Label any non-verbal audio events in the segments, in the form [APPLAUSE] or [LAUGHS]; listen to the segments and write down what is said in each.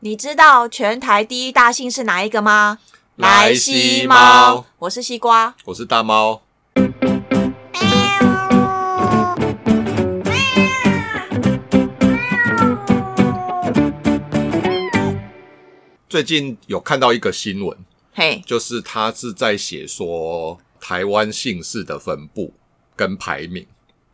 你知道全台第一大姓是哪一个吗？来西猫，我是西瓜。我是大猫。最近有看到一个新闻，嘿，就是他是在写说台湾姓氏的分布跟排名，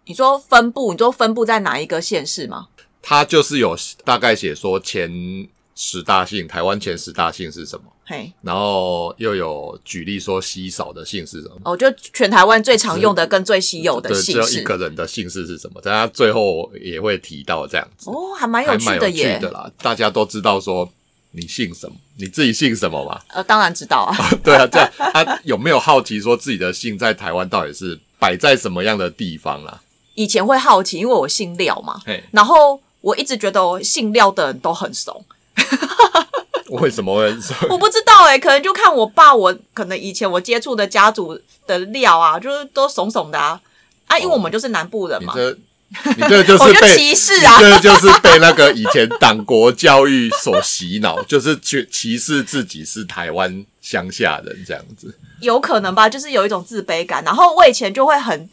你说分布，你说分布在哪一个县市吗？他就是有大概写说前十大姓，台湾前十大姓是什么，嘿，然后又有举例说稀少的姓是什么。哦，就全台湾最常用的跟最稀有的对，只姓有氏一。个人的姓氏是什么？但他最后也会提到这样子，哦，还蛮还有趣蛮的有趣耶。的啦。大家都知道说你姓什么，你自己姓什么嘛？ [LAUGHS] 呃，当然知道啊。 [LAUGHS] 对啊，这样他有没有好奇说自己的姓在台湾到底是摆在什么样的地方啦、以前会好奇，因为我姓廖嘛，嘿，然后我一直觉得我姓廖的人都很怂。为什么会 [LAUGHS] 说我不知道哎、可能就看我爸，我可能以前我接触的家族的料啊，就是都怂怂的啊啊，因为我哦们就是南部人你嘛，这你这个就我是就被歧视啊你这个就是被那个以前党国教育所洗脑，就是去歧视自己是台湾乡下人这样子。有可能吧，就是有一种自卑感。然后我以前就会很，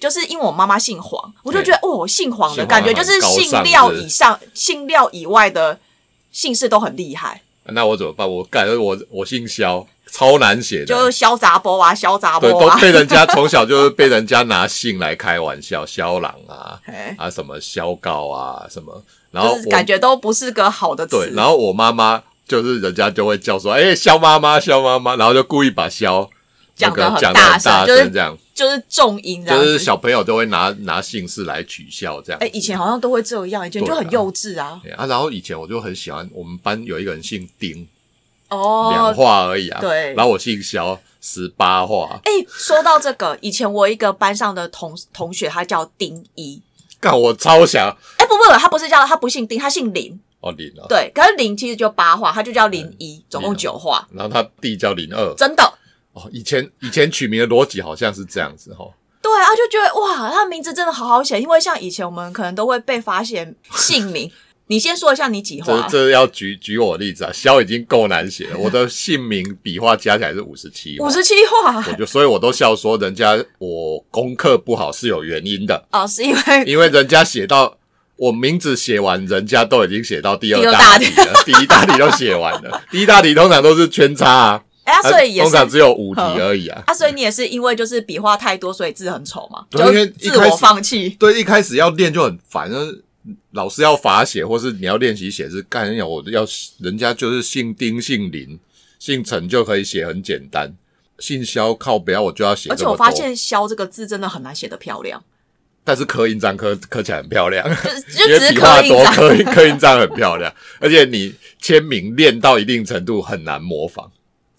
就是因为我妈妈姓黄，我就觉得哦，姓黄的姓黄感觉就很是高尚姓廖是不是以上、姓廖以外的姓氏都很厉害，那我怎么办？我感觉我我姓肖，超难写的，就是肖杂波啊、肖杂对，波都啊。被人家从小就是被人家拿姓来开玩笑，肖郎啊嘿啊什么肖高啊什么，然后就是我感觉都不是个好的词对，，然后我妈妈就是人家就会叫说，哎、肖妈妈，肖妈妈，然后就故意把肖那讲个得很讲得大很声大就是声这样，就是重音这就样子。是小朋友都会拿拿姓氏来取笑这样。哎、以前好像都会这样，以前就很幼稚啊。对啊，然后以前我就很喜欢我们班有一个人姓丁，两、哦，画而已啊，对然后我姓肖，十八画，哎、说到这个，以前我一个班上的同同学，他叫丁一。干我超想哎、不不不，他不是叫他不姓丁，他姓林。哦林哦，对，可是零其实就八画，它就叫零一，嗯总共九画，然后他弟叫林二，真的。哦，以前以前取名的逻辑好像是这样子哈、哦，对啊，就觉得哇，他名字真的好好写，因为像以前我们可能都会被发现姓 [LAUGHS] 名。你先说一下你几画这啊？这要举举我例子啊，肖已经够难 [LAUGHS] 写了，我的姓名笔画加起来是五十七，五十七画我就所以我都笑说人家我功课不好是有原因的， [LAUGHS] 哦，是因为因为人家写到我名字写完，人家都已经写到第第二二大大题了， [LAUGHS] 第一大题都写完了，第一大题通常都是圈叉啊，哎呀， [LAUGHS] 所以也通是常只有五题而已啊。啊，所以你也是因为就是笔画太多，所以字很丑嘛，对就因为一自开我始放弃。对，一开始要练就很烦，就是老师要罚写，或是你要练习写字，干要我要人家就是姓丁、姓林、姓陈就可以写很简单，姓肖靠不要我就要写而这且么我多。发现“肖”这个字真的很难写得漂 [LAUGHS] 亮，但是刻印章刻刻起来很漂亮，就是就因为只是笔画刻印多，章。刻印刻印章很漂亮，而且你签名练到一定程度很难模仿，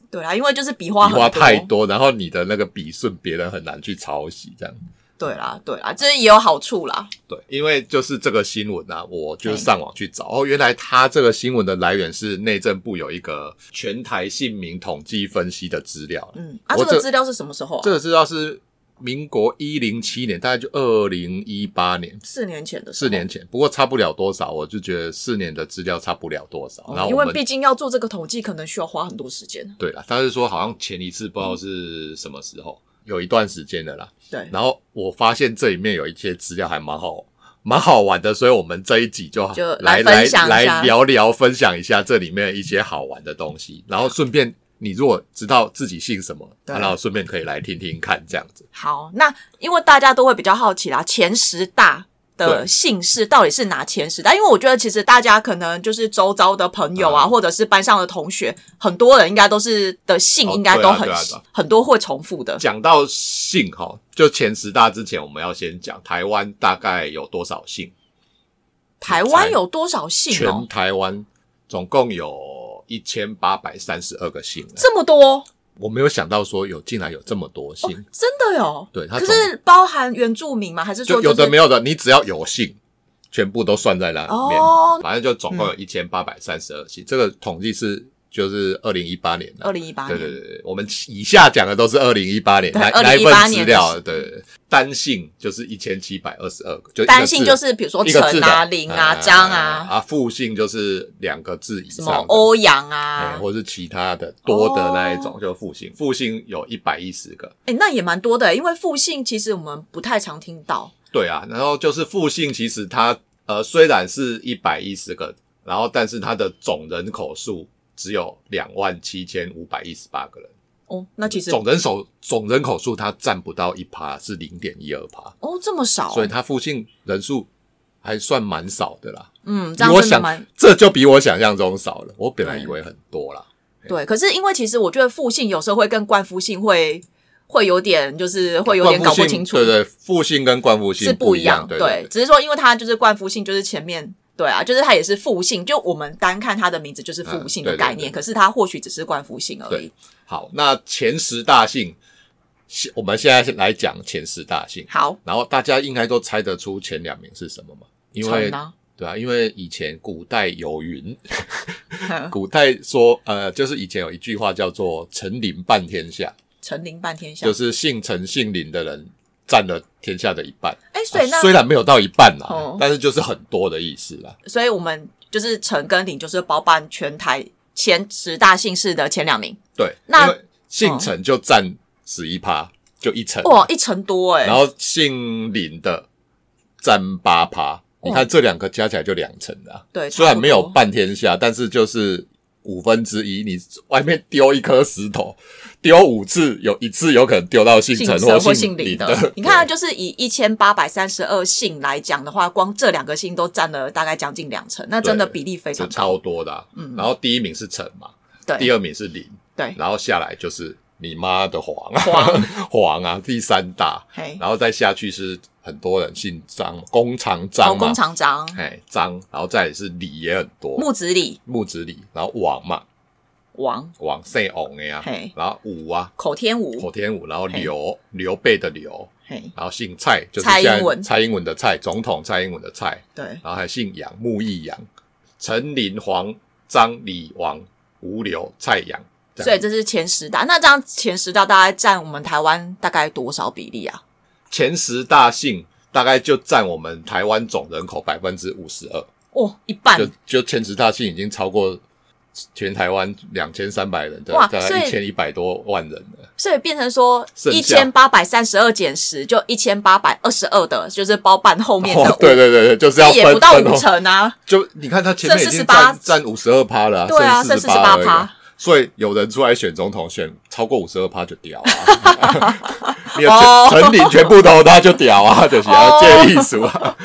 对啊，因为就是笔画笔很画太多，然后你的那个笔顺别人很难去抄袭这样。对啦，对啦，这也有好处啦。对，因为就是这个新闻啊，我就是上网去找哦，原来他这个新闻的来源是内政部有一个全台姓名统计分析的资料，嗯，啊，我这个这资料是什么时候啊这？个资料是民国一零七年，大概就二零一八年。四年前的时候四年前，不过差不了多少，我就觉得四年的资料差不了多少。然哦后因我为们毕竟要做这个统计，可能需要花很多时间。对了，他是说好像前一次不知道嗯是什么时候，有一段时间的啦。对，然后我发现这里面有一些资料还蛮好，蛮好玩的，所以我们这一集就就来来来分享一下来聊聊，分享一下这里面一些好玩的东西，然后顺便你如果知道自己姓什么，对然后顺便可以来听听看这样子。好，那因为大家都会比较好奇啦，前十大的对姓氏到底是哪前十大？因为我觉得其实大家可能就是周遭的朋友啊，嗯或者是班上的同学，很多人应该都是的姓哦应该都很、对啊对啊对啊很多会重复的。讲到姓哈，就前十大之前，我们要先讲台湾大概有多少姓，台湾有多少姓全哦？台湾总共有一千八百三十二个姓啊。这么多，我没有想到说有竟然有这么多姓，真的有？对它哦可总是包含原住民吗？还是说就有是的没有的，你只要有姓，全部都算在那里面。哦嗯反正就总共有一千八百三十二姓，这个统计是就是二零一八年二了。零一八对年，对对对，我们以下讲的都是二零一八年对那2018那一份资年料，啊对对对，单姓就是一千七百二十二个，就一个单姓字就是比如说一个字陈啊、的林啊、张啊、啊，复姓就是两个字以什上么的，欧阳哎啊，哦或是其他的多的那一种，就复姓。复姓有一百一十个，哎，那也蛮多的，因为复姓其实我们不太常听到。对啊，然后就是复姓，其实它呃虽然是一百一十个，然后但是它的总人口数只有两万七千五百一十八个人，哦，那其实总人口总人口数它占不到一趴，是零点一二趴，哦这么少，所以它复姓人数还算蛮少的啦。嗯，这比样我真的想蛮，这就比我想象中少了，我本来以为很多啦。对。可是因为其实我觉得复姓有时候会跟冠夫姓会会有点就是会有冠点夫搞不姓清楚，对对，复姓跟冠夫姓是不一一样，对对只是说因为他就是冠夫姓，就是前面对啊，就是他也是复姓，就我们单看他的名字就是复姓嗯的对对概念，对可是他或许只是冠夫姓而已对。好，那前十大姓，是我们现在来讲前十大姓。好，然后大家应该都猜得出前两名是什么嘛？因为成啊，对啊，因为以前古代有云， [LAUGHS] 啊古代说呃，就是以前有一句话叫做“陈林半天下 [LAUGHS] 陈林半天”，下就，是姓陈姓林的人占了天下的一半。哎，所以啊那虽然没有到一半啦，哦但是就是很多的意思啦。所以我们就是陈跟林就是包办全台前十大姓氏的前两名，对，那因为姓陈就占十一趴，就一成，哇，一成多哎、然后姓林的占八趴。哦你看这两个加起来就两成了啊。对，虽然没有差不多半天下，但是就是五分之一。你外面丢一颗石头，丢五次，有一次有可能丢到姓陈姓陈或姓姓林林的 [LAUGHS] [LAUGHS] 的。，你看啊，就是以一千八百三十二姓来讲的话，光这两个姓都占了大概将近两成，那真的对比例非对就常超高。多的、啊。嗯然后第一名是陈嘛，对，第二名是林，对然后下来就是你妈的黄啊，黄 [LAUGHS] 黄啊，第三大，嘿，然后再下去是很多人姓张，弓长张哦嘛弓，长张、哎张，然后再来是李也很多，木子李、木子李，然后王嘛，王、王姓王的呀、嘿然后武啊。口天吴，口天武，然后嘿刘刘备的刘，嘿，然后姓蔡，就是蔡英现在文蔡英文的蔡，总统蔡英文的蔡，对，然后还姓杨，木易杨，陈林黄张李王吴刘蔡杨，这所以样这是前十大。那这样前十大大概占我们台湾大概多少比例啊？前十大姓大概就占我们台湾总人口百分之五十二，哦，一半就就前十大姓已经超过全台湾两千三百人的，哇大所概以一千一百多万人了，所以变成说剩一下千八百三十二减十，就一千八百二十二的，就是包办后面的哦五，， [LAUGHS] 对对对对，就是要也不分到分五哦，成啊。就你看他前面已经剩48占占五十二趴了、对啊，剩剩四十八而已趴。所以有人出来选总统，选超过五十二趴就屌啊！ [LAUGHS] 你的哦陈陈林全部投他就 [LAUGHS] 屌啊，就是啊，这意思啊。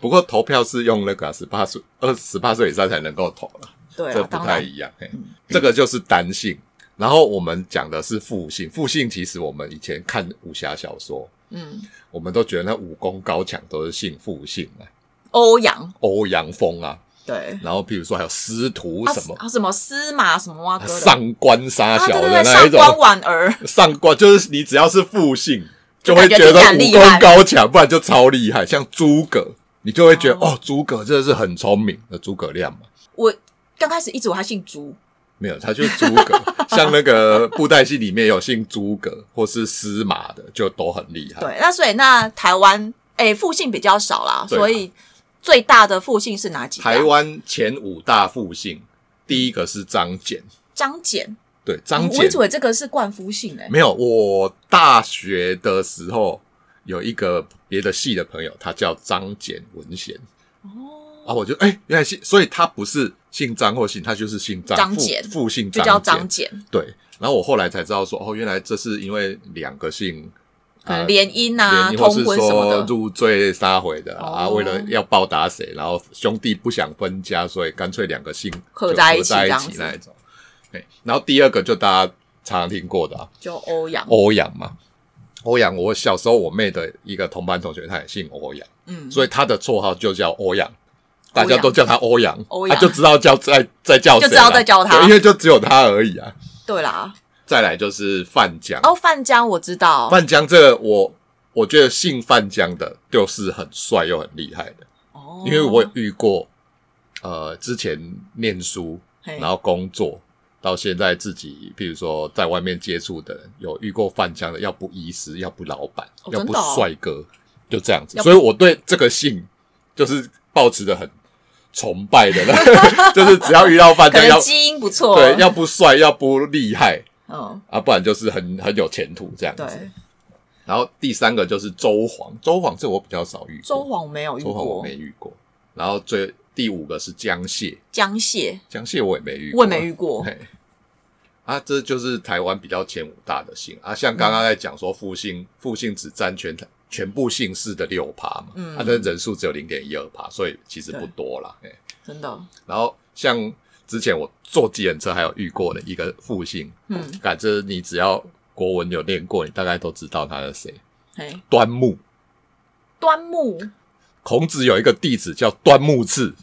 不过投票是用那个啊十八岁、二十八岁以上才能够投了，对这啊，不当太然一样。嘿这个就是单姓，然后我们讲的是复姓。复姓其实我们以前看武侠小说，嗯，我们都觉得那武功高强都是姓复姓啊，欧阳欧阳锋啊，对，然后譬如说还有司徒啊什么、啊什么啊司马什么蛙哥的上官杀啊，对小对对，的那上一种。官婉儿，上官就是你只要是复姓，就就会感觉觉得自己很武厉功害高强，不然就超厉害。像诸葛，你就会觉得哦，诸葛真的是很聪明的诸葛亮嘛。我刚开始一直以为他姓朱，没有，他就是诸葛。 [LAUGHS] 像那个布袋戏里面有姓诸葛或是司马的，就都很厉害。，对，那所以那台湾诶复姓比较少啦，对啊所以最大的复姓是哪几啊大？台湾前五大复姓，第一个是张謇，张謇，对，张我一直以謇为这个是冠夫姓哎诶，没有。我大学的时候有一个别的系的朋友，他叫张謇文贤。哦，啊，我就哎、原来姓，所以他不是姓张或姓，他就是姓张，张父简父姓就张，叫张。謇，对，然后我后来才知道说，哦，原来这是因为两个姓，可呃能联姻啊、联姻通或是婚什么说的，入赘杀回的啊，哦为了要报答谁，然后兄弟不想分家，所以干脆两个姓合就在合一起在这一样起子那一种。对，然后第二个就大家常常听过的、啊、就欧阳，欧阳嘛。欧阳，我小时候我妹的一个同班同学，她也姓欧阳。嗯，所以他的绰号就叫欧阳，大家都叫他欧阳， [LAUGHS] 欧他阳就知道叫在在叫谁就啦，知道在叫他对因为就只有他而已啊。对啦，再来就是范江，哦，范江我知道，范江这个我我觉得姓范江的就是很帅又很厉害的，哦因为我有遇过，呃，之前念书嘿然后工作，到现在自己，譬如说在外面接触的人，有遇过饭香的，要不医师，要不老板，哦要真不的哦帅哥，就这样子。要不所以我对这个姓就是抱持的很崇拜的那， [LAUGHS] 就是只要遇到饭可香，能要基因不错，对，要不帅，要不厉害嗯，啊，不然就是很很有前途这样子。对，然后第三个就是周黄，周黄这我比较少遇过，周黄没有遇周黄我过没，遇过。然后最第五个是江蟹，江蟹江蟹我也没遇过，我也没遇过，嘿啊，这就是台湾比较前五大的姓啊，像刚刚在讲说复姓，复姓只占全台全部姓氏的六趴嘛，嗯它、的人数只有零点一二趴，所以其实不多啦。嘿真的，然后像之前我坐计程车还有遇过的一个复姓，嗯，感觉你只要国文有练过，你大概都知道他是谁，嘿，端木。端木，孔子有一个弟子叫端木赐，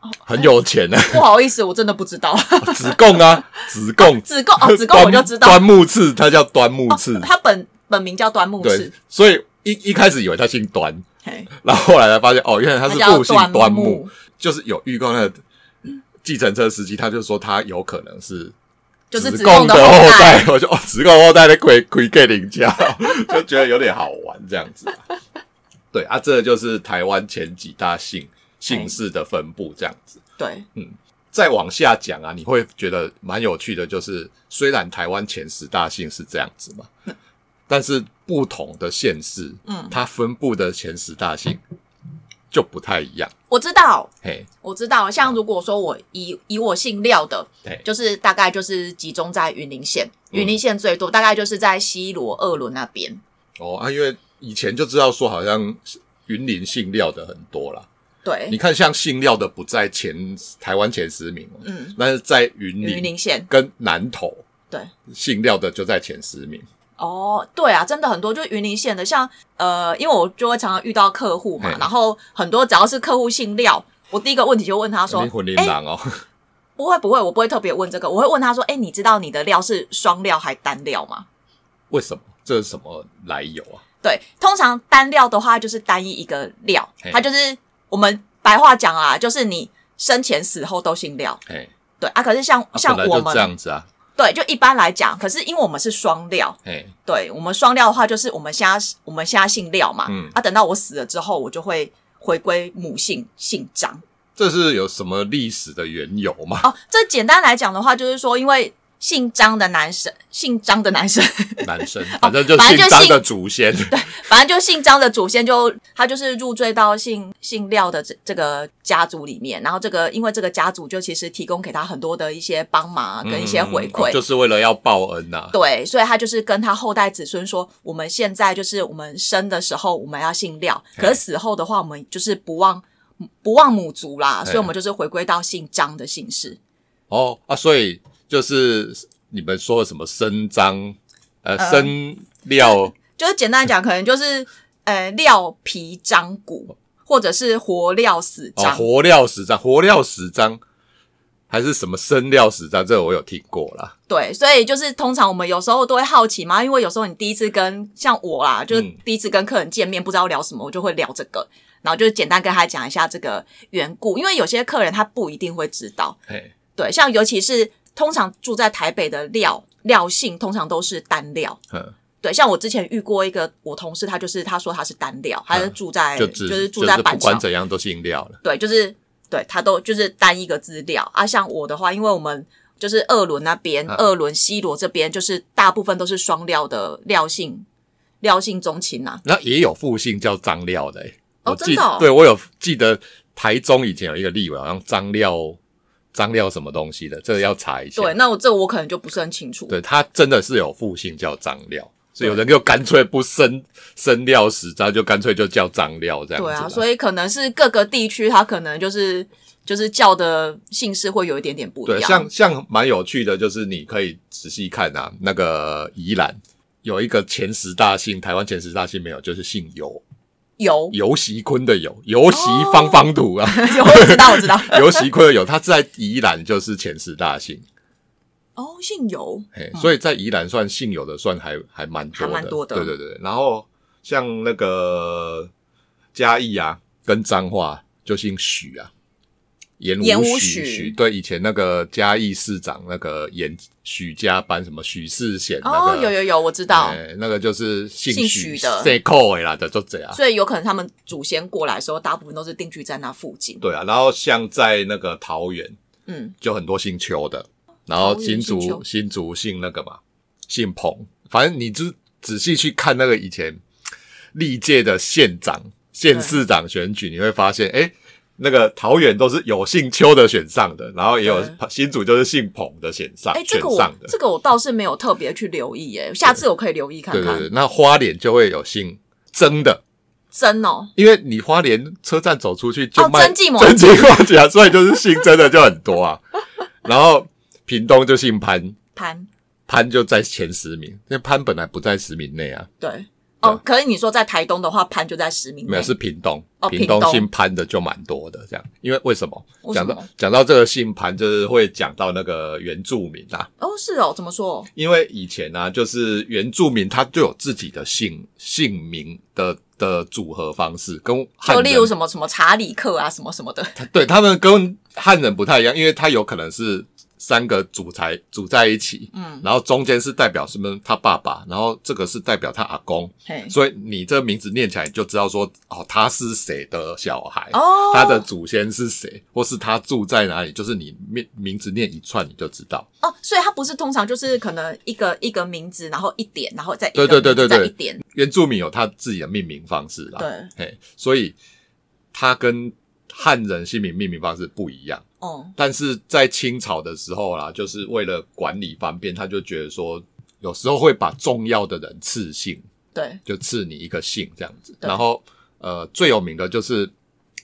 哦很有钱啊，不好意思，我真的不知道， [LAUGHS] 子贡啊，子贡，子贡哦，子贡 [LAUGHS] 端我就知道，哦端木赐，他叫端木赐，他本本名叫端木对赐，，所以一一开始以为他姓端，嘿，然后后来才发现哦，原来他是叫复姓端端木，，就是有预告那个计程车司机，他就说他有可能是就是子子贡贡的的后后代代，，我就哦，子贡后代的鬼鬼给人家， [LAUGHS] 就觉得有点好玩这样子。对啊，这就是台湾前几大姓姓氏的分布这样子。对，再往下讲啊，你会觉得蛮有趣的，就是虽然台湾前十大姓是这样子嘛，但是不同的县市，嗯它分布的前十大姓就不太一样。我知道，嘿，我知道，像如果说我以以我姓廖的，对，就是大概就是集中在云林县，嗯云林县最多，大概就是在西罗二轮那边。哦啊，因为以前就知道说好像云林姓廖的很多啦，你对，看像姓廖的不在前台湾前十名哦，嗯，但是在云云林林县，跟南投，对，姓廖的就在前十名。哦，对啊，真的很多，就云林县的，像呃，因为我就会常常遇到客户嘛嘿，然后很多只要是客户姓廖，我第一个问题就问他说灵魂琳：“哎、琅哦， [LAUGHS] 不会不会，我不会特别问这个，我会问他说：‘哎、你知道你的廖是双廖还单廖吗为什么？这是什么来由啊？’对，通常单廖的话就是单一一个廖嘿，它就是我们白话讲啊，就是你生前死后都姓廖。嘿，对啊，可是像、啊像本来我就这们样子啊，对，就一般来讲，可是因为我们是双料，嘿，对我们双料的话，就是我们现在我们现在姓廖嘛，嗯啊，等到我死了之后，我就会回归母姓，姓张。这是有什么历史的缘由 [LAUGHS] 吗？哦，这简单来讲的话，就是说，因为姓张的男生，姓张的男生， [LAUGHS] 男生，反正就反姓正就张姓的祖先，反哦正就姓张的祖先就他就是入赘到姓姓廖的这这个家族里面，然后这个因为这个家族就其实提供给他很多的一些帮忙啊跟一些嗯回馈，哦就是为了要报恩啊呐。对，所以他就是跟他后代子孙说，我们现在就是我们生的时候我们要姓廖，嘿可是死后的话，我们就是不忘不忘母族啦，嘿所以我们就是回归到姓张的姓氏。哦啊，所以就是你们说的什么生张，呃，哦呃生廖，就是简单讲，可能就是呃廖皮张骨，或者是活廖死哦，张。活料十张，活料十张，还是什么生料十张？这我有听过啦。对，所以就是通常我们有时候都会好奇嘛，因为有时候你第一次跟像我啦，就是嗯第一次跟客人见面，不知道聊什么，我就会聊这个，然后就简单跟他讲一下这个缘故，因为有些客人他不一定会知道。嘿，对，像尤其是通常住在台北的廖廖姓，通常都是单廖。嗯，对，像我之前遇过一个我同事，他就是他说他是单廖，他是住在、嗯就只哎是住在不板管桥，怎样都姓廖了。对，就是对他都就是单一个资料啊。像我的话，因为我们就是二轮那边，嗯二轮西罗这边就是大部分都是双廖的廖姓廖姓宗亲呐、那也有复姓叫张廖的、欸，哦我真记的哦对我有记得台中以前有一个立委，好像张廖张廖什么东西的，这个要查一下。对，那我这我可能就不是很清楚。对他真的是有复姓叫张廖，所以有人就干脆不生生廖十张，就干脆就叫张廖这样子对啦。啊，所以可能是各个地区，他可能就是就是叫的姓氏会有一点点不一对，样。像像蛮有趣的，就是你可以仔细看啊，那个宜兰有一个前十大姓，台湾前十大姓没有，就是姓尤，有尤习坤的尤，尤习方方土啊，有，我知道，我知道。尤习坤的尤，他在宜兰就是前十大姓， [LAUGHS] 哦，姓尤，嘿，所以在宜兰算姓尤的算还还蛮多的，嗯还蛮多的对对对。然后像那个嘉义啊，跟彰化就姓许啊，严严武武许许许对以前那个嘉义市长那个严许家班什么许世贤那哦，个有有有，我知道。哎那个就是姓姓许许的姓寇的啦的就这样。啊所以有可能他们祖先过来的时候，大部分都是定居在那附近。对啊，然后像在那个桃园嗯，就很多姓邱的，然后桃新园哦姓竹邱新竹姓那个嘛，姓彭，反正你就仔细去看那个以前历届的县长、县市长选举，你会发现，哎，那个桃园都是有姓邱的选上的，然后也有新竹就是姓彭的选上，哎，这选个我啊上的。这个我倒是没有特别去留意，哎，下次我可以留意看对对看对，。那花莲就会有姓曾的，真哦，因为你花莲车站走出去就哦卖曾记某曾记某甲，啊所以就是姓真的就很多啊。然后屏东就姓潘，潘潘就在前十名，因为潘本来不在十名内啊，对。哦，可是你说在台东的话，潘就在十名内没有是屏东，哦屏屏东姓潘的就蛮多的这样。因为为什么为什讲么到讲到这个姓潘，就是会讲到那个原住民啊，哦，是哦，怎么说？因为以前啊，就是原住民他就有自己的姓姓名的的组合方式，跟汉就人例如什么什么查理克啊，什么什么的。对他们跟汉人不太一样，因为他有可能是三个组才组在一起，嗯，然后中间是代表什么他爸爸，然后这个是代表他阿公，嘿，所以你这名字念起来你就知道说哦他是谁的小孩，哦，他的祖先是谁，或是他住在哪里，就是你名名字念一串你就知道。哦，所以他不是通常就是可能一个一个名字，然后一点，然后再一对个对对对名字再对一点，原住民有他自己的命名方式啦，对，嘿，所以他跟汉人姓名命名方式不一样。哦，但是在清朝的时候啦，就是为了管理方便，他就觉得说，有时候会把重要的人赐姓，对，就赐你一个姓这样子。对然后，呃，最有名的就是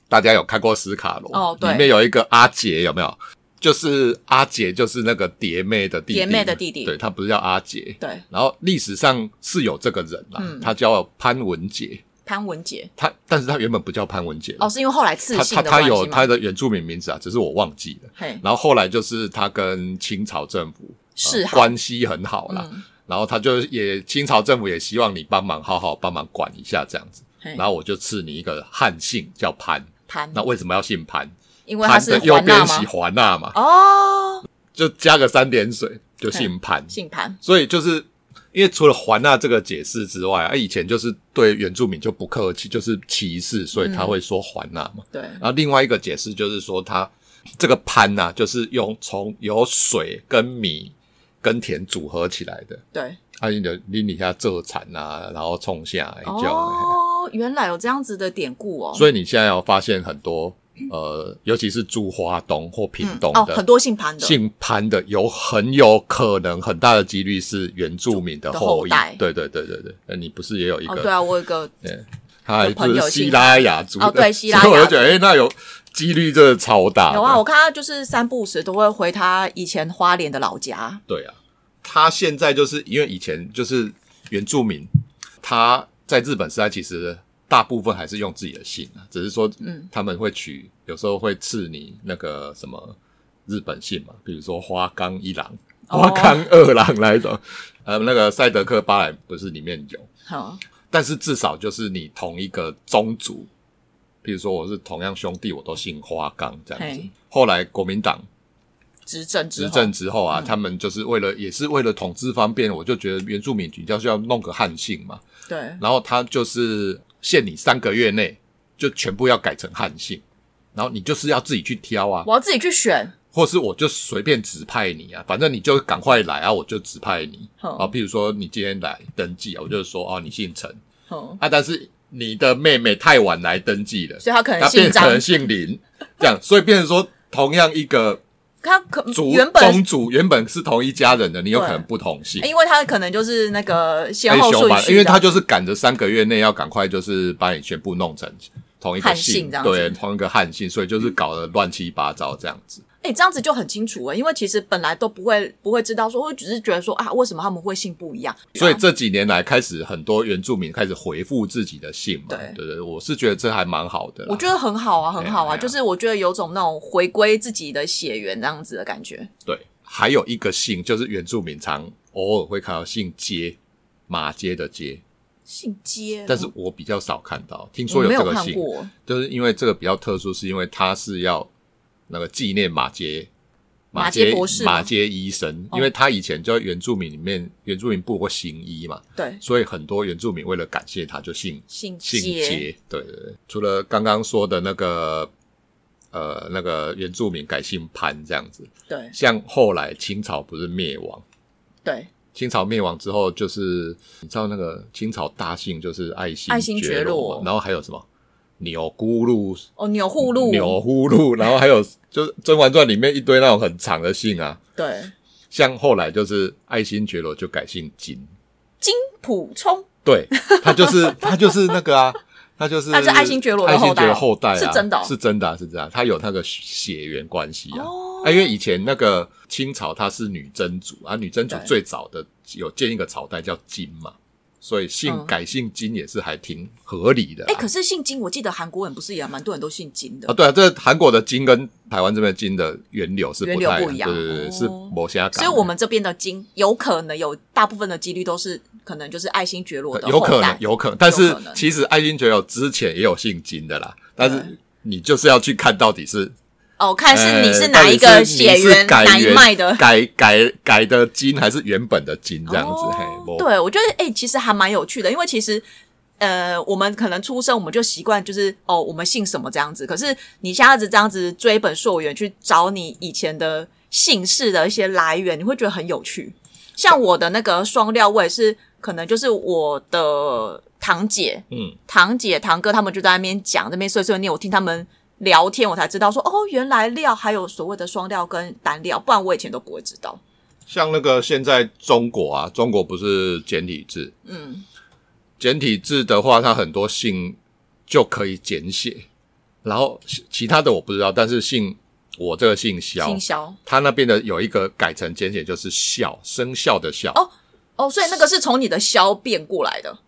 大家有看过斯卡罗，哦对里面有一个阿杰，有没有？就是阿杰，就是那个蝶妹的弟弟，蝶妹的弟弟对他不是叫阿杰。对，然后历史上是有这个人啦，嗯他叫潘文杰，潘文杰，他但是他原本不叫潘文杰，哦，是因为后来刺他姓他的他关有系他吗？的原住民名字啊，只是我忘记了。嘿，然后后来就是他跟清朝政府是呃好关系很好啦，嗯，然后他就也清朝政府也希望你帮忙好好帮忙管一下这样子，嘿然后我就赐你一个汉姓叫潘，潘，那为什么要姓潘？嗯因为他潘是的右环边娜喜吗？环娜嘛，哦，就加个三点水就姓潘，姓潘，所以就是。因为除了环娜这个解释之外啊，以前就是对原住民就不客气，就是歧视，所以他会说环娜嘛。对，然后另外一个解释就是说它，这个潘呐、就是用从由水跟米跟田组合起来的。对，啊，你就拎底下蔗产啊，然后冲下来就。哦，原来有这样子的典故哦，所以你现在要发现很多呃，尤其是住花东或屏嗯东哦，的、很多姓潘的，姓潘的，有很有可能很大的几率是原住民的的后后裔代。对对对对对，那你不是也有一个？哦，对啊，我有一个他还有朋不友是希姓拉雅族的哦对希拉 [LAUGHS] 所以我雅就觉得，哎、那有几率真的超大的。有啊，我看他就是三不五时都会回他以前花莲的老 [LAUGHS] 家，对啊，他现在就是因为以前就是原住民，他在日本时代其实大部分还是用自己的姓啊，只是说，嗯，他们会取，有时候会赐你那个什么日本姓嘛，比如说花冈一郎、哦花冈二郎那一种，呃，那个赛德克巴莱不是里面有，好，但是至少就是你同一个宗族，比如说我是同样兄弟，我都姓花冈这样子嘿。后来国民党执政之执后嗯政之后啊，他们就是为了也是为了统治方便，我就觉得原住民比较需要弄个汉姓嘛，对，然后他就是限你三个月内就全部要改成汉姓，然后你就是要自己去挑啊，我要自己去选，或是我就随便指派你啊，反正你就赶快来啊，我就指派你好啊。譬如说你今天来登记啊，我就说哦、你姓陈嗯，啊，但是你的妹妹太晚来登记了，所以他可她能姓变张，成姓林，这样，所以变成说同样一个。他可族原本宗族原本是同一家人的，你有对可能不同姓。因为他可能就是那个先后哎熊顺吧序的，因为他就是赶着三个月内要赶快，就是把你全部弄成同一个汉姓这样子对，同一个汉姓，所以就是搞得乱七八糟这样子。哎、这样子就很清楚欸了，因为其实本来都不会不会知道说，我只是觉得说啊，为什么他们会姓不一样？啊所以这几年来，开始很多原住民开始回复自己的姓嘛，对对对，我是觉得这还蛮好的啦。我觉得很好啊，很好哎啊，呀就是我觉得有种那种回归自己的血缘这样子的感觉。对，还有一个姓就是原住民常偶尔会看到姓街，马街的街，姓接，但是我比较少看到，听我说没这有个看姓，过，就是因为这个比较特殊，是因为它是要那个纪念马杰马杰杰博士吗哦马杰医生，因为他以前叫原住民里面原住民部过行医嘛，对，所以很多原住民为了感谢他就姓姓姓杰，杰。对对对，除了刚刚说的那个呃那个原住民改姓潘这样子，对像后来清朝不是灭亡，对，清朝灭亡之后，就是你知道那个清朝大姓就是爱新爱新觉觉罗嘛然后还有什么钮钴禄、哦，钮祜禄，嗯钮祜禄，然后还有就是《甄嬛传》里面一堆那种很长的姓啊，对，像后来就是爱新觉罗就改姓金，金溥聪，对 [LAUGHS] 他就是他就是那个啊，他就是他是爱新觉罗的爱后代哦新觉罗后代啊，是真的哦是真的啊，是真的啊，他有那个血缘关系啊。哦啊，因为以前那个清朝它是女真族啊，女真族对最早的有建一个朝代叫金嘛，所以姓、嗯改姓金也是还挺合理的啊、哎，可是姓金，我记得韩国人不是也蛮多人都姓金啊，的，对啊，这韩国的金跟台湾这边的金的源流是源不流太不一样对对对，啊哦是某些港的，所以我们这边的金有可能有大部分的几率都是可能就是爱新觉罗的有可后代能，有可能，但有是可能其实爱新觉罗之前也有姓金的啦，但对是你就是要去看到底是哦，看是你是哪呃一到个底是血你是缘改哪一源脉的。改改改的金还是原本的金这样子，嘿哦，我对，我觉得哎、其实还蛮有趣的，因为其实。呃，我们可能出生我们就习惯就是哦，我们姓什么这样子。可是你一下子这样子追本溯源去找你以前的姓氏的一些来源，你会觉得很有趣。像我的那个双料，我也是可能就是我的堂姐，嗯，堂姐、堂哥他们就在那边讲，那边碎碎念，我听他们聊天，我才知道说哦，原来料还有所谓的双料跟单料，不然我以前都不会知道。像那个现在中国啊，中国不是简体字，嗯，简体字的话，它很多姓就可以简写，然后其其他的我不知道，但是姓我这个姓肖姓，肖他那边的有一个改成简写就是笑，生肖的肖。哦哦，所以那个是从你的肖变过来的。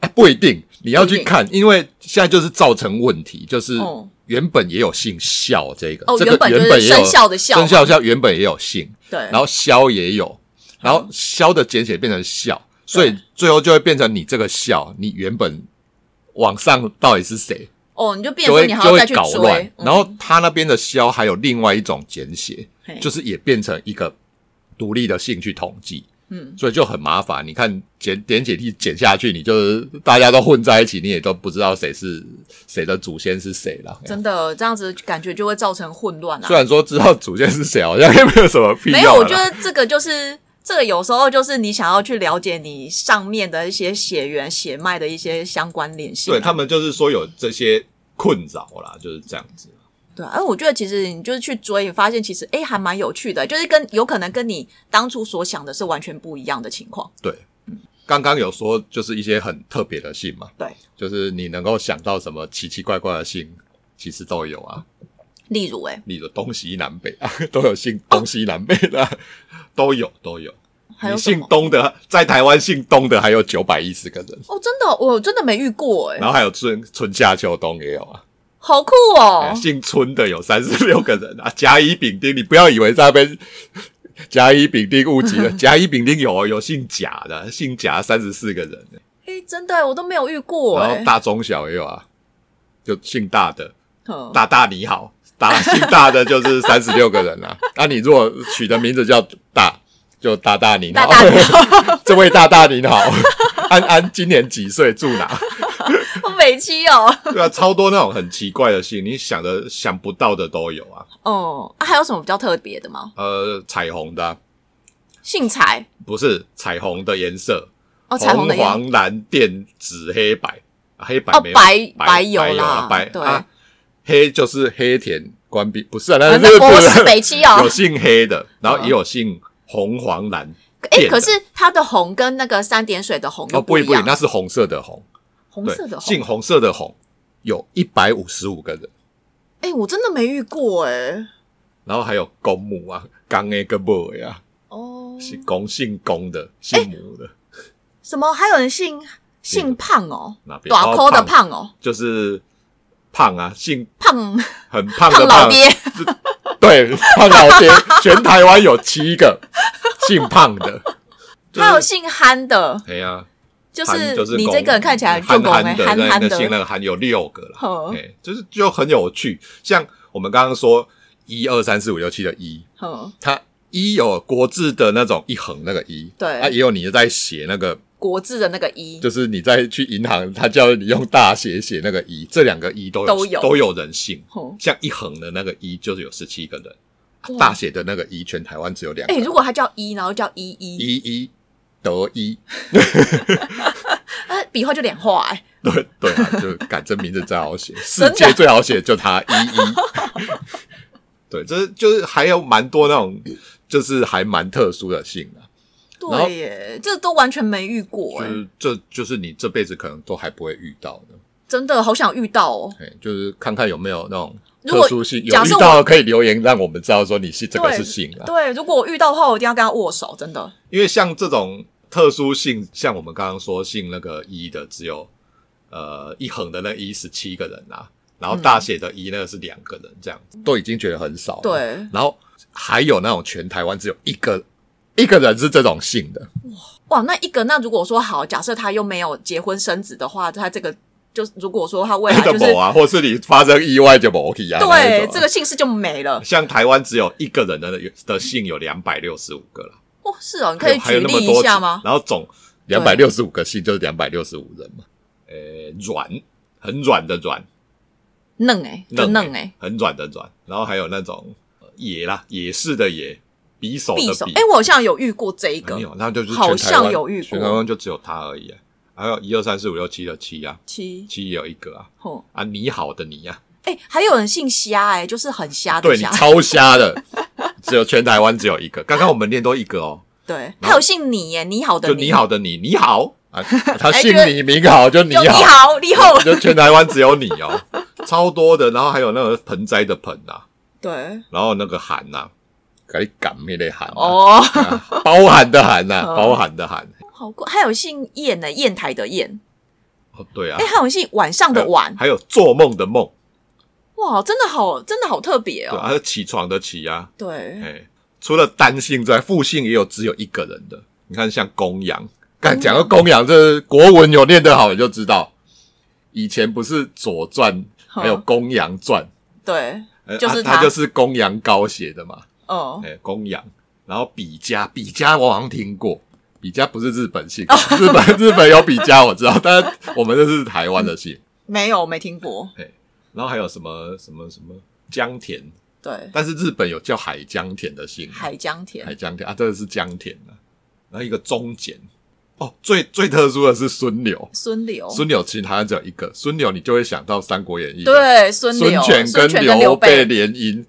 哎，不一定，你要不一去定看，因为现在就是造成问题，就是哦原本也有姓肖这个，哦这个原本就是也有生肖的肖生肖肖原本也有姓，对，然后肖也有，然后肖的简写变成肖，所以对最后就会变成你这个肖，你原本往上到底是谁，哦，你就变就成说会你还就要会再去搞乱追。。然后他那边的肖还有另外一种简写，嗯就是也变成一个独立的姓去统计。嗯，所以就很麻烦。你看简点解题减下去，你就是大家都混在一起，你也都不知道谁是谁的祖先是谁了。真的这样子感觉就会造成混乱啊虽。然说知道祖先是谁，好像也没有什么必要没啦。有，我觉得这个就是这个有时候就是你想要去了解你上面的一些血缘血脉的一些相关联性啊、对他们就是说有这些困扰啦，就是这样子。对啊，而我觉得其实你就是去追，你发现其实哎还蛮有趣的，就是跟有可能跟你当初所想的是完全不一样的情况。对，刚刚有说就是一些很特别的姓嘛，对，就是你能够想到什么奇奇怪怪的姓，其实都有啊。例如哎，你的东西南北 [LAUGHS] 啊，都有姓东西南北的啊、都有都有。还有你什姓么？东的，在台湾姓东的还有九百一十个人，哦，真的，我真的没遇过哎然，后还有春春夏秋冬也有啊。好酷哦哎！姓春的有三十六个人啊， [LAUGHS] 甲乙丙丁，你不要以为在那边甲乙丙丁 [LAUGHS] 误解了，甲乙丙丁有哦有姓贾的，姓贾三十四个人，哎，真的，我都没有遇过然后哎。大中小也有啊，就姓大的， [LAUGHS] 嗯大大你好，大姓大 [LAUGHS] 的就是三十六个人啊。那、你如果取的名字叫大，就大大你大好，大你 [LAUGHS] 这位大大你好，安安今年几岁，住哪？ [LAUGHS] 好北七哦，对啊，超多那种很奇怪的姓，你想的想不到的都有啊。哦，啊还有什么比较特别的吗？呃，彩虹的啊、姓彩不是彩虹的颜色，哦，彩虹的红颜黄蓝靛紫黑白，啊黑白哦没有、白白白有白啦啊白对啊，黑就是黑田官兵，不是啊，那呃是那不我是是嗯北七哦有。姓黑的，然后也有姓红黄蓝。哎，变的可是它的红跟那个三点水的红又哦，不一一不一样，那是红色的红，红对色的，红姓。红色的红，有一百五十五个人，哎，我真的没遇过哎。然后还有公母啊，刚 A 跟 boy 啊，哦，是公姓公的，姓母的，什么？还有人姓姓胖哦，哪边？短抠扣的胖哦，就是胖啊，姓胖很胖胖的老爹， [LAUGHS] 对，胖老爹，全台湾有七个姓胖的，就还有是姓憨的，哎呀，就憨就是是你公这个人看起来就憨狗憨没的，憨那憨那姓那的，个憨有六个了，呵哎，就是就很有趣，像我们刚刚说。一二三四五六七的一，哼，它一有国字的那种一横那个一，对啊，也有你在写那个，国字的那个一，就是你在去银行，他叫你用大写写那个一，这两个一都有都有都有人性，哼，像一横的那个一就是有十七个人，啊哇大写的那个一全台湾只有两个哎、人，如果他叫一，然后叫一一，一一得一， [LAUGHS] 啊，笔画就两画、哎，对对啊，就改这名字最 [LAUGHS] 好写，真世的界最好写就他一一。 [LAUGHS] 对，这就是还有蛮多那种，就是还蛮特殊的姓啊，然后对耶，这都完全没遇过、就哎，是这就是你这辈子可能都还不会遇到的。真的好想遇到哦。哎，就是看看有没有那种如果特殊姓，有假遇设我到的可以留言让我们知道说你是这个对是姓啊，对，如果我遇到的话，我一定要跟他握手，真的。因为像这种特殊姓，像我们刚刚说姓那个一的只有呃一横的那一十七个人啊，然后大写的一那个是两个人这样子，都已经觉得很少了。嗯对，然后还有那种全台湾只有一个一个人是这种姓的，哇，那一个，那如果说好，假设他又没有结婚生子的话，他这个就是如果说他未来那就个是某啊，或是你发生意外就某体啊，那一对种啊这个姓氏就没了。像台湾只有一个人的的姓有两百六十五个啦，哦，是哦，你可以还有举还有那么例多一下种吗？然后总两百六十五个姓就是两百六十五人嘛，呃，软很软的软，嫩哎、就嫩哎、很软的软，然后还有那种呃野啦，野式的野，匕首匕的首匕，啊哎、我好像有遇过这一个没有，那就是好全台湾像有遇过全台湾就只有他而已、啊，还有一二三四五六七的七啊，七七也有一个啊，哦，啊，你好的你呀、哎、还有人姓虾哎、就是很瞎的对你虾，超 [LAUGHS] 瞎的，只有全台湾只有一个。刚刚我们练多一个哦，对，还有姓你耶，你好的就你，你好的你，你好 [LAUGHS] 啊，他哎姓就是李名好就你就你好，好，你好，就全台湾只有你哦，超多的。然后还有那个盆栽的盆呐、啊，对，然后那个寒呐、啊，给你赶那类寒、啊、哦、哦，包含的寒呐、哦包含的寒。好过，还有姓燕呢，砚台的砚，哦，对啊哎、，还有姓晚上的晚，还有做梦的梦，哇，真的好，真的好特别对，啊哦，还有起床的起啊，对，哎，除了单姓之外，复姓也有只有一个人的。你看，像公羊，干讲到公羊，这国文有念得好，你就知道，以前不是《左传》啊还有《嗯公羊传》对，呃，就是他、他他就是公羊高写的嘛，哦，哎，公羊，然后比嘉，比嘉我好像听过。比嘉不是日本哦姓，日本日本有比嘉我知道，但是我们这是台湾的姓。没有，没听过，然后还有什么什么什么江田，对，但是日本有叫海江田的姓，海江田海，江田啊，这个是江田啊，然后一个中简哦，最最特殊的是孙柳，孙刘，孙柳其实好像只有一个，孙柳你就会想到《三国演义》，，对，孙孙刘，权孙权跟刘备，备联姻，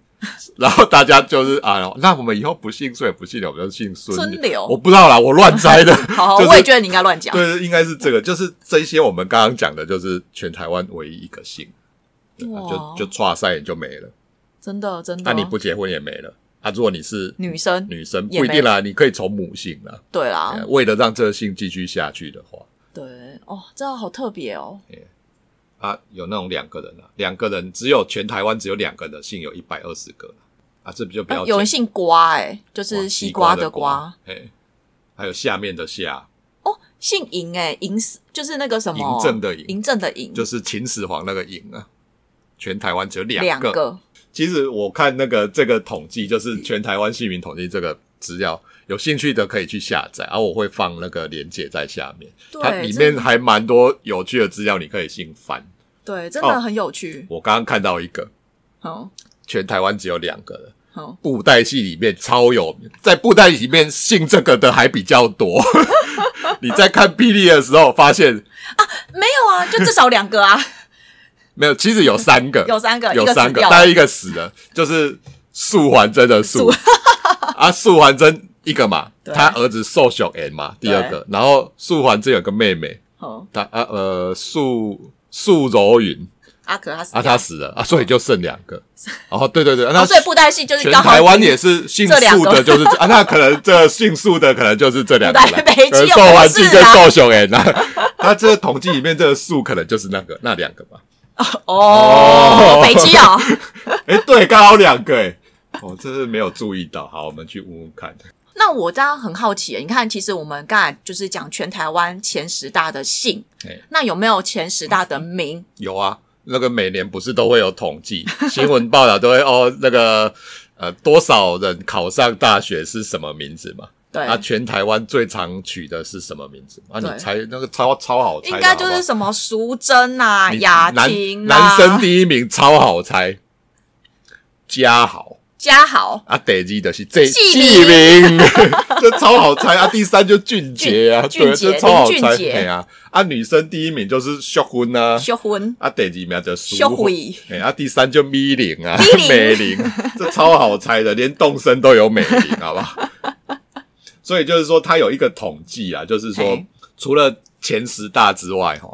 然后大家就是啊，那我们以后不姓孙也不姓柳，我们就姓孙孙柳我不知道啦，我乱猜的，好好，就是我也觉得你应该乱 [LAUGHS] 讲，对，应该是这个，就是这些我们刚刚讲的，就是全台湾唯一一个姓，对啊哇就就跨赛就没了，真的真的，那、你不结婚也没了，啊，如果你是女生，女生也哦不一定啦，你可以从母姓啦。对啦呃，为了让这个姓继续下去的话，对，哦，这样好特别哦，啊，有那种两个人啊，两个人只有全台湾只有两个人的姓有一百二十个啊，这不就不要有人姓瓜，哎，就哇是西瓜的瓜，哎，还有下面的下，哦，姓嬴哎，嬴死就是那个什么嬴政的嬴嬴政的嬴，就是秦始皇那个嬴啊，全台湾只有两个。个其实我看那个这个统计，就是全台湾姓名统计这个资料，有兴趣的可以去下载，然、后我会放那个链接在下面，对它里真面的还蛮多有趣的资料，你可以信翻。对，真哦的很有趣，我刚刚看到一个，好哦全台湾只有两个人。好布袋戏里面超有名，在布袋里面姓这个的还比较多。 [LAUGHS] 你在看霹雳的时候发现没有啊，就至少两 [LAUGHS] 个啊，没有，其实有三个，有三个，有啊一个三死个，掉大概一个死了，就是素还真的素 [LAUGHS] 啊，素还真一个嘛，对他儿子寿雄 N 嘛，第二个，然后素还真有个妹妹，好她啊呃素素柔云阿可他死啊，掉，她死了啊，所以就剩两 [LAUGHS] 个，哦对对对，那哦所以布袋戏就是全刚好台湾也是姓这两素个的，就是这啊，那可能这姓素的可能就是这两个不啦然没，可能就寿环不是境跟啦寿雄 N 啊， [LAUGHS] 他这统计里面这个素可能就是那个那两个吧。哦哦，北极 [LAUGHS] 哦，哎、对，刚好两个哎、哦，真是没有注意到。好，我们去问问看。那我当然很好奇，你看，其实我们刚才就是讲全台湾前十大的姓，哎那有没有前十大的名？有啊，那个每年不是都会有统计新闻报道都会哦，那个呃多少人考上大学是什么名字嘛？对，啊，全台湾最常取的是什么名字？啊，你对猜那个超超好猜的，应该就好不是好什么淑珍啊、你雅男婷啊、男 [LAUGHS] 生第一名超好猜，嘉豪嘉 [LAUGHS] 豪、啊，第二的是这纪纪明， [LAUGHS] 这超好猜啊。第三就俊杰啊，俊对，俊杰这超好林猜，俊杰哎呀，啊，女生第一名就是秀婚啊，修婚、啊，第二名就苏修慧，哎、啊，第三就米零啊米，零美零，这超好猜的，连动身都有美零，好 [LAUGHS] 不好？所以就是说，它有一个统计啊，就是说嘿，除了前十大之外，哈，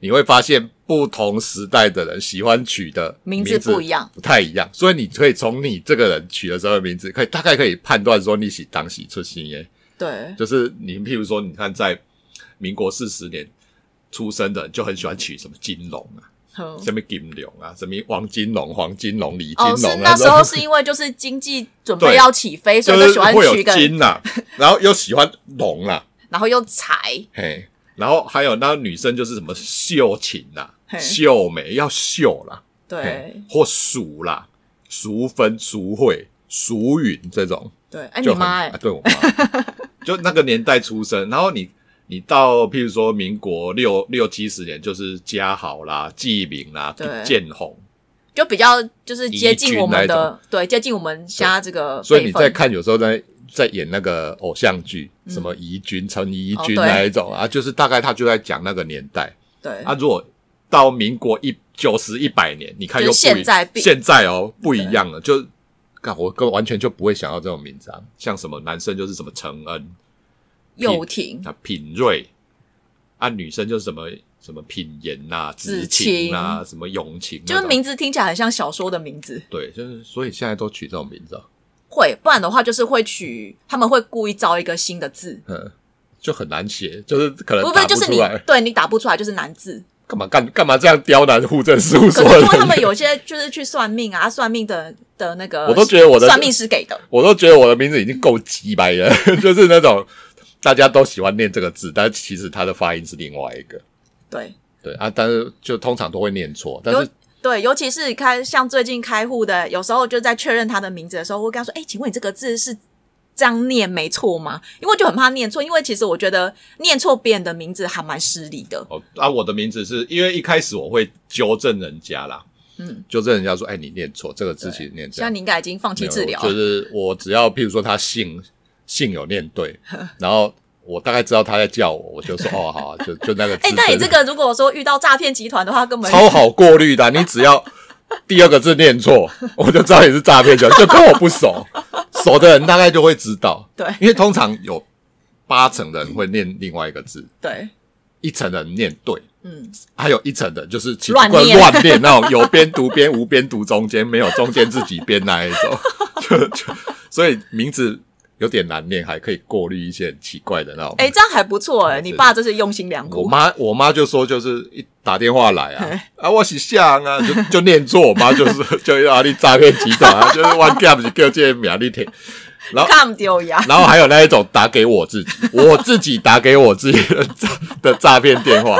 你会发现不同时代的人喜欢取的名字不一样，不太一样，所以你可以从你这个人取的时候的名字，可以大概可以判断说你喜当喜出新耶，对，就是你譬如说，你看在民国四十年出生的人就很喜欢取什么金龙啊。哼什么金龙啊，什么王金龙、黄金龙、李金哦，是龙啊，那时候这种是因为就是经济准对备要起飞，所以就就是喜欢会有取一个，金呐、啊然后又喜欢龙啦、然后又财，嘿，然后还有那女生就是什么秀琴啦、嘿秀美要秀啦，嘿对或淑啦、淑芬、淑慧、淑允这种，对，哎，你就很妈哎啊，，对我妈，就那个年代出生，然后你。你到譬如说民国六六七十年，就是嘉豪啦、纪明啦对、建宏，就比较就是接近我们宜君那一的，对，接近我们现在这个所以你辈分在看，有时候在在演那个偶像剧，什么怡君、陈怡君嗯哦对那一种、啊，就是大概他就在讲那个年代对啊。如果到民国一九十一百年，你看又就不是现在一现在哦不一样了，就看我根本完全就不会想到这种名字啊，像什么男生就是什么承恩幼婷、啊、品瑞啊，女生就是什么什么品言呐、子子晴啊、什么永晴就那种，是名字听起来很像小说的名字，对，就是所以现在都取这种名字、啊，会，不然的话就是会取，他们会故意造一个新的字，嗯，就很难写，就是可能不打不，就是出你来。对你打不出来就是难 [LAUGHS] 字，干嘛干干嘛这样刁难户政事务可所是的因为他人？们有些就是去算命啊，算命的的那个，我都觉得我的算命师给的， [LAUGHS] 我都觉得我的名字已经够鸡掰了， [LAUGHS] 就是那种大家都喜欢念这个字，但其实它的发音是另外一个。对，对啊，但是就通常都会念错，但尤是对，尤其是开像最近开户的，有时候就在确认他的名字的时候，我会跟他说：“哎、请问你这个字是这样念没错吗？”因为我就很怕念错，因为其实我觉得念错别人的名字还蛮失礼的。哦啊，我的名字是因为一开始我会纠正人家啦，嗯，纠正人家说，哎，你念错，这个字其实念这像样。你应该已经放弃治疗没了，有就是我只要譬如说他姓姓有念 [LAUGHS] 对，然后我大概知道他在叫我，我就说哦好啊，就就那个字。 [LAUGHS] 哎、但你这个如果说遇到诈骗集团的话，根本超好过滤的啊、你只要第二个字念错， [LAUGHS] 我就知道你是诈骗集团，就跟我不熟， [LAUGHS] 熟的人大概就会知道。对因为通常有八成的人会念另外一个字，对，一成人念对，嗯，还有一成的就是奇奇怪乱念乱念那种， [LAUGHS] 有边读边无边读中间，没有中间自己编那一种， [LAUGHS] 就就所以名字有点难念，还可以过滤一些很奇怪的那种。哎、这样还不错哎、是你爸真是用心良我苦。妈我妈就说，就是一打电话来啊嘿，啊，我是像啊，就就念错，我妈就是 [LAUGHS] 就啊，你诈骗集团啊，就是 one gap 是叫这名你听，我看丢呀，然后还有那一种打给我自己，我自己打给我自己的诈的诈骗电话。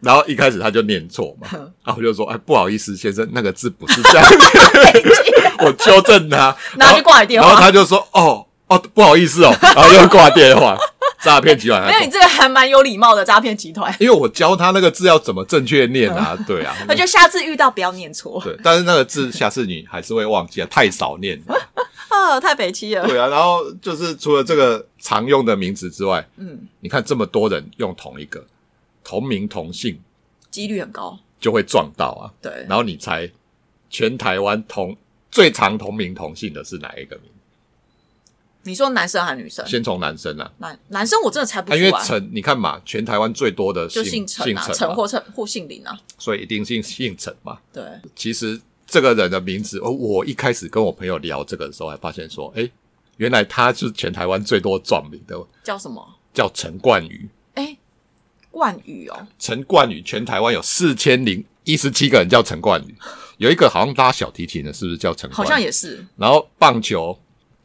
然后一开始她就念错嘛，嗯然后我就说：“哎，不好意思，先生，那个字不是这样念。” [LAUGHS] 我纠正她， [LAUGHS] 然后就挂你电话然后她就说：“哦哦，不好意思哦。”然后又挂电话，诈骗集团还没有你这个还蛮有礼貌的诈骗集团。因为我教他那个字要怎么正确念啊，[LAUGHS] 对啊，嗯那就下次遇到不要念错对，但是那个字下次你还是会忘记啊，太 [LAUGHS] 少念了，啊，太北七了。对啊。然后就是除了这个常用的名词之外，嗯，你看这么多人用同一个同名同姓，几率很高。就会撞到啊。对，然后你猜全台湾同最常同名同姓的是哪一个名？你说男生还是女生？先从男生啊，男男生我真的猜不啊出因为来，陈，你看嘛，全台湾最多的就姓姓陈姓啊，陈陈嘛或陈或姓林啊。所以一定姓姓陈嘛。对，其实这个人的名字，哦，我一开始跟我朋友聊这个的时候，还发现说，哎，原来他是全台湾最多撞名的，叫什么？叫陈冠宇。哎，冠宇哦，陈冠宇，全台湾有四千零一十七个人叫陈冠宇，有一个好像拉小提琴的，是不是叫陈冠好宇？像也是。然后棒球，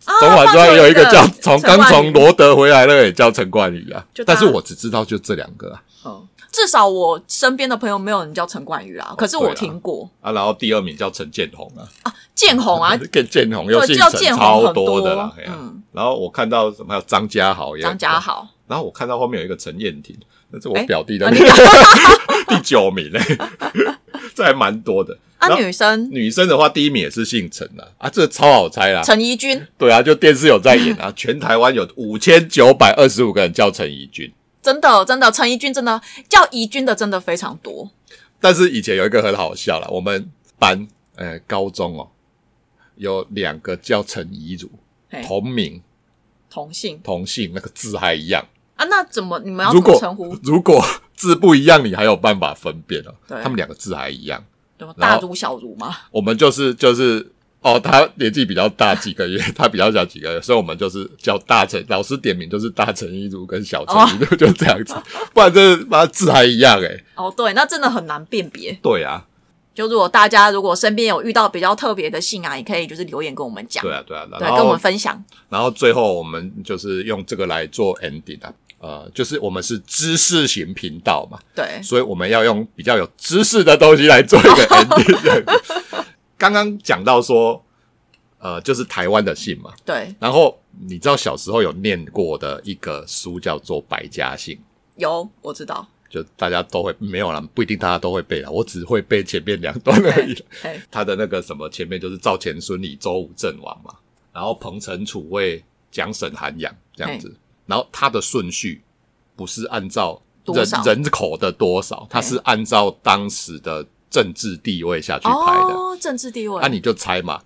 啊中华之外有一个叫从棒球有一个陈刚从，冠宇罗德回来的也叫陈冠宇啊就，他但是我只知道就这两个啊。哦至少我身边的朋友没有人叫陈冠宇啦，可是对我啦听过啊，然后第二名叫陈建宏啊，建宏啊，跟建宏又对，姓叫陈建宏超很多的啦，哎呀嗯，然后我看到什么还有张家豪也，张家，豪，然后我看到后面有一个陈燕婷，那是我哎表弟的、啊 [LAUGHS] 第九名哎、这还蛮多的。啊，然后女生女生的话，第一名也是姓陈啊，啊，这超好猜啦，陈怡君对啊，就电视有在演啊， [LAUGHS] 全台湾有五千九百二十五个人叫陈怡君。真的真的陈怡君真的叫怡君的真的非常多，但是以前有一个很好笑啦，我们班呃高中哦，有两个叫陈怡如，嘿同名同性同姓，那个字还一样。啊，那怎么你们要怎如么果称呼？如果字不一样，你还有办法分辨哦。对他们两个字还一样，对吗？然大后如小如吗？我们就是就是哦，他年纪比较大几个月， [LAUGHS] 他比较小几个月，所以我们就是叫大陈，老师点名就是大陈一如跟小陈一如， [LAUGHS] 就这样子，不然这妈字还一样诶、欸哦，对，那真的很难辨别。对啊，就如果大家如果身边有遇到比较特别的姓啊，也可以就是留言跟我们讲，对啊，对啊，对，然跟我后们分享。然后最后我们就是用这个来做 ending 啊，呃，就是我们是知识型频道嘛，对，所以我们要用比较有知识的东西来做一个 ending 这样子。刚刚讲到说，呃，就是台湾的姓嘛，对，然后你知道小时候有念过的一个书叫做《百家姓》。有我知道。就大家都会没有啦，不一定大家都会背啦，我只会背前面两段 [LAUGHS] 而已。哎，他的那个什么前面就是赵钱孙李周武郑王嘛，然后彭城楚卫蒋沈韩杨这样子，然后他的顺序不是按照多人少人口的多少，他是按照当时的政治地位下去排的，哦，政治地位，那、你就猜嘛。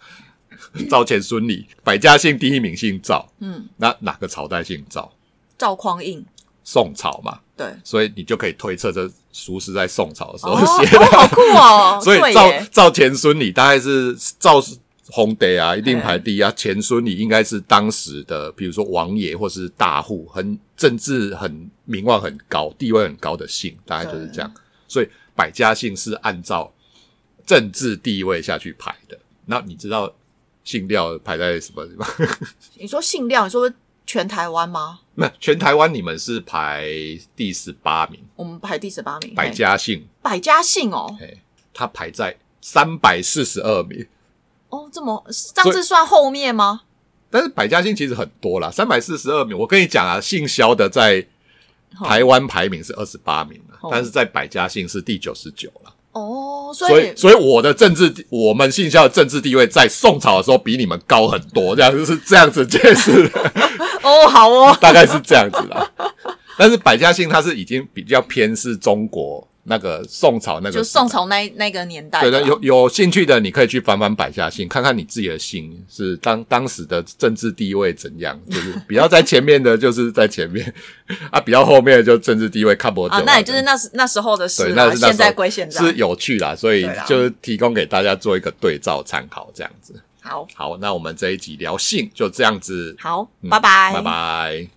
赵钱孙李，百家姓第一名姓赵，嗯，那哪个朝代姓赵？赵匡胤，宋朝嘛，对，所以你就可以推测这书是在宋朝的时候哦，写哦好酷 [LAUGHS] 哦， [LAUGHS] 所对以赵耶赵钱孙李大概是赵红得啊，一嗯定排第一啊。钱孙李应该是当时的，比如说王爷或是大户，很政治很名望很高，地位很高的姓，大概就是这样。所以百家姓是按照政治地位下去排的。那你知道姓廖排在什么地方？ [LAUGHS] 你说姓廖，你说全台湾吗？那全台湾你们是排第十八名，我们排第十八名，百嘿家姓，百家姓哦，哎，它排在三百四十二名。哦，这么是这样子算后面吗？但是百家姓其实很多啦，三百四十二名。我跟你讲啊，姓萧的在哦台湾排名是二十八名啊哦但是在百家姓是第九十九了。哦，所所以以，所以我的政治地，我们姓萧的政治地位在宋朝的时候比你们高很多，这样就是这样子解释，哦，好哦， [LAUGHS] 大概是这样子啦。但是百家姓它是已经比较偏是中国那个宋朝那个就时代宋朝那那个年代对的啦，的，有有兴趣的，你可以去翻翻百家姓，看看你自己的姓是当当时的政治地位怎样，就是比较在前面的，就是在前面 [LAUGHS] 啊，比较后面的就政治地位看不懂啊了。，那也就是那时那时候的事对，啦，那是那现时候在归现在，是有趣啦，所以对啦就是提供给大家做一个对照参考，这样子。好好，那我们这一集聊姓就这样子，好，嗯拜拜，拜拜。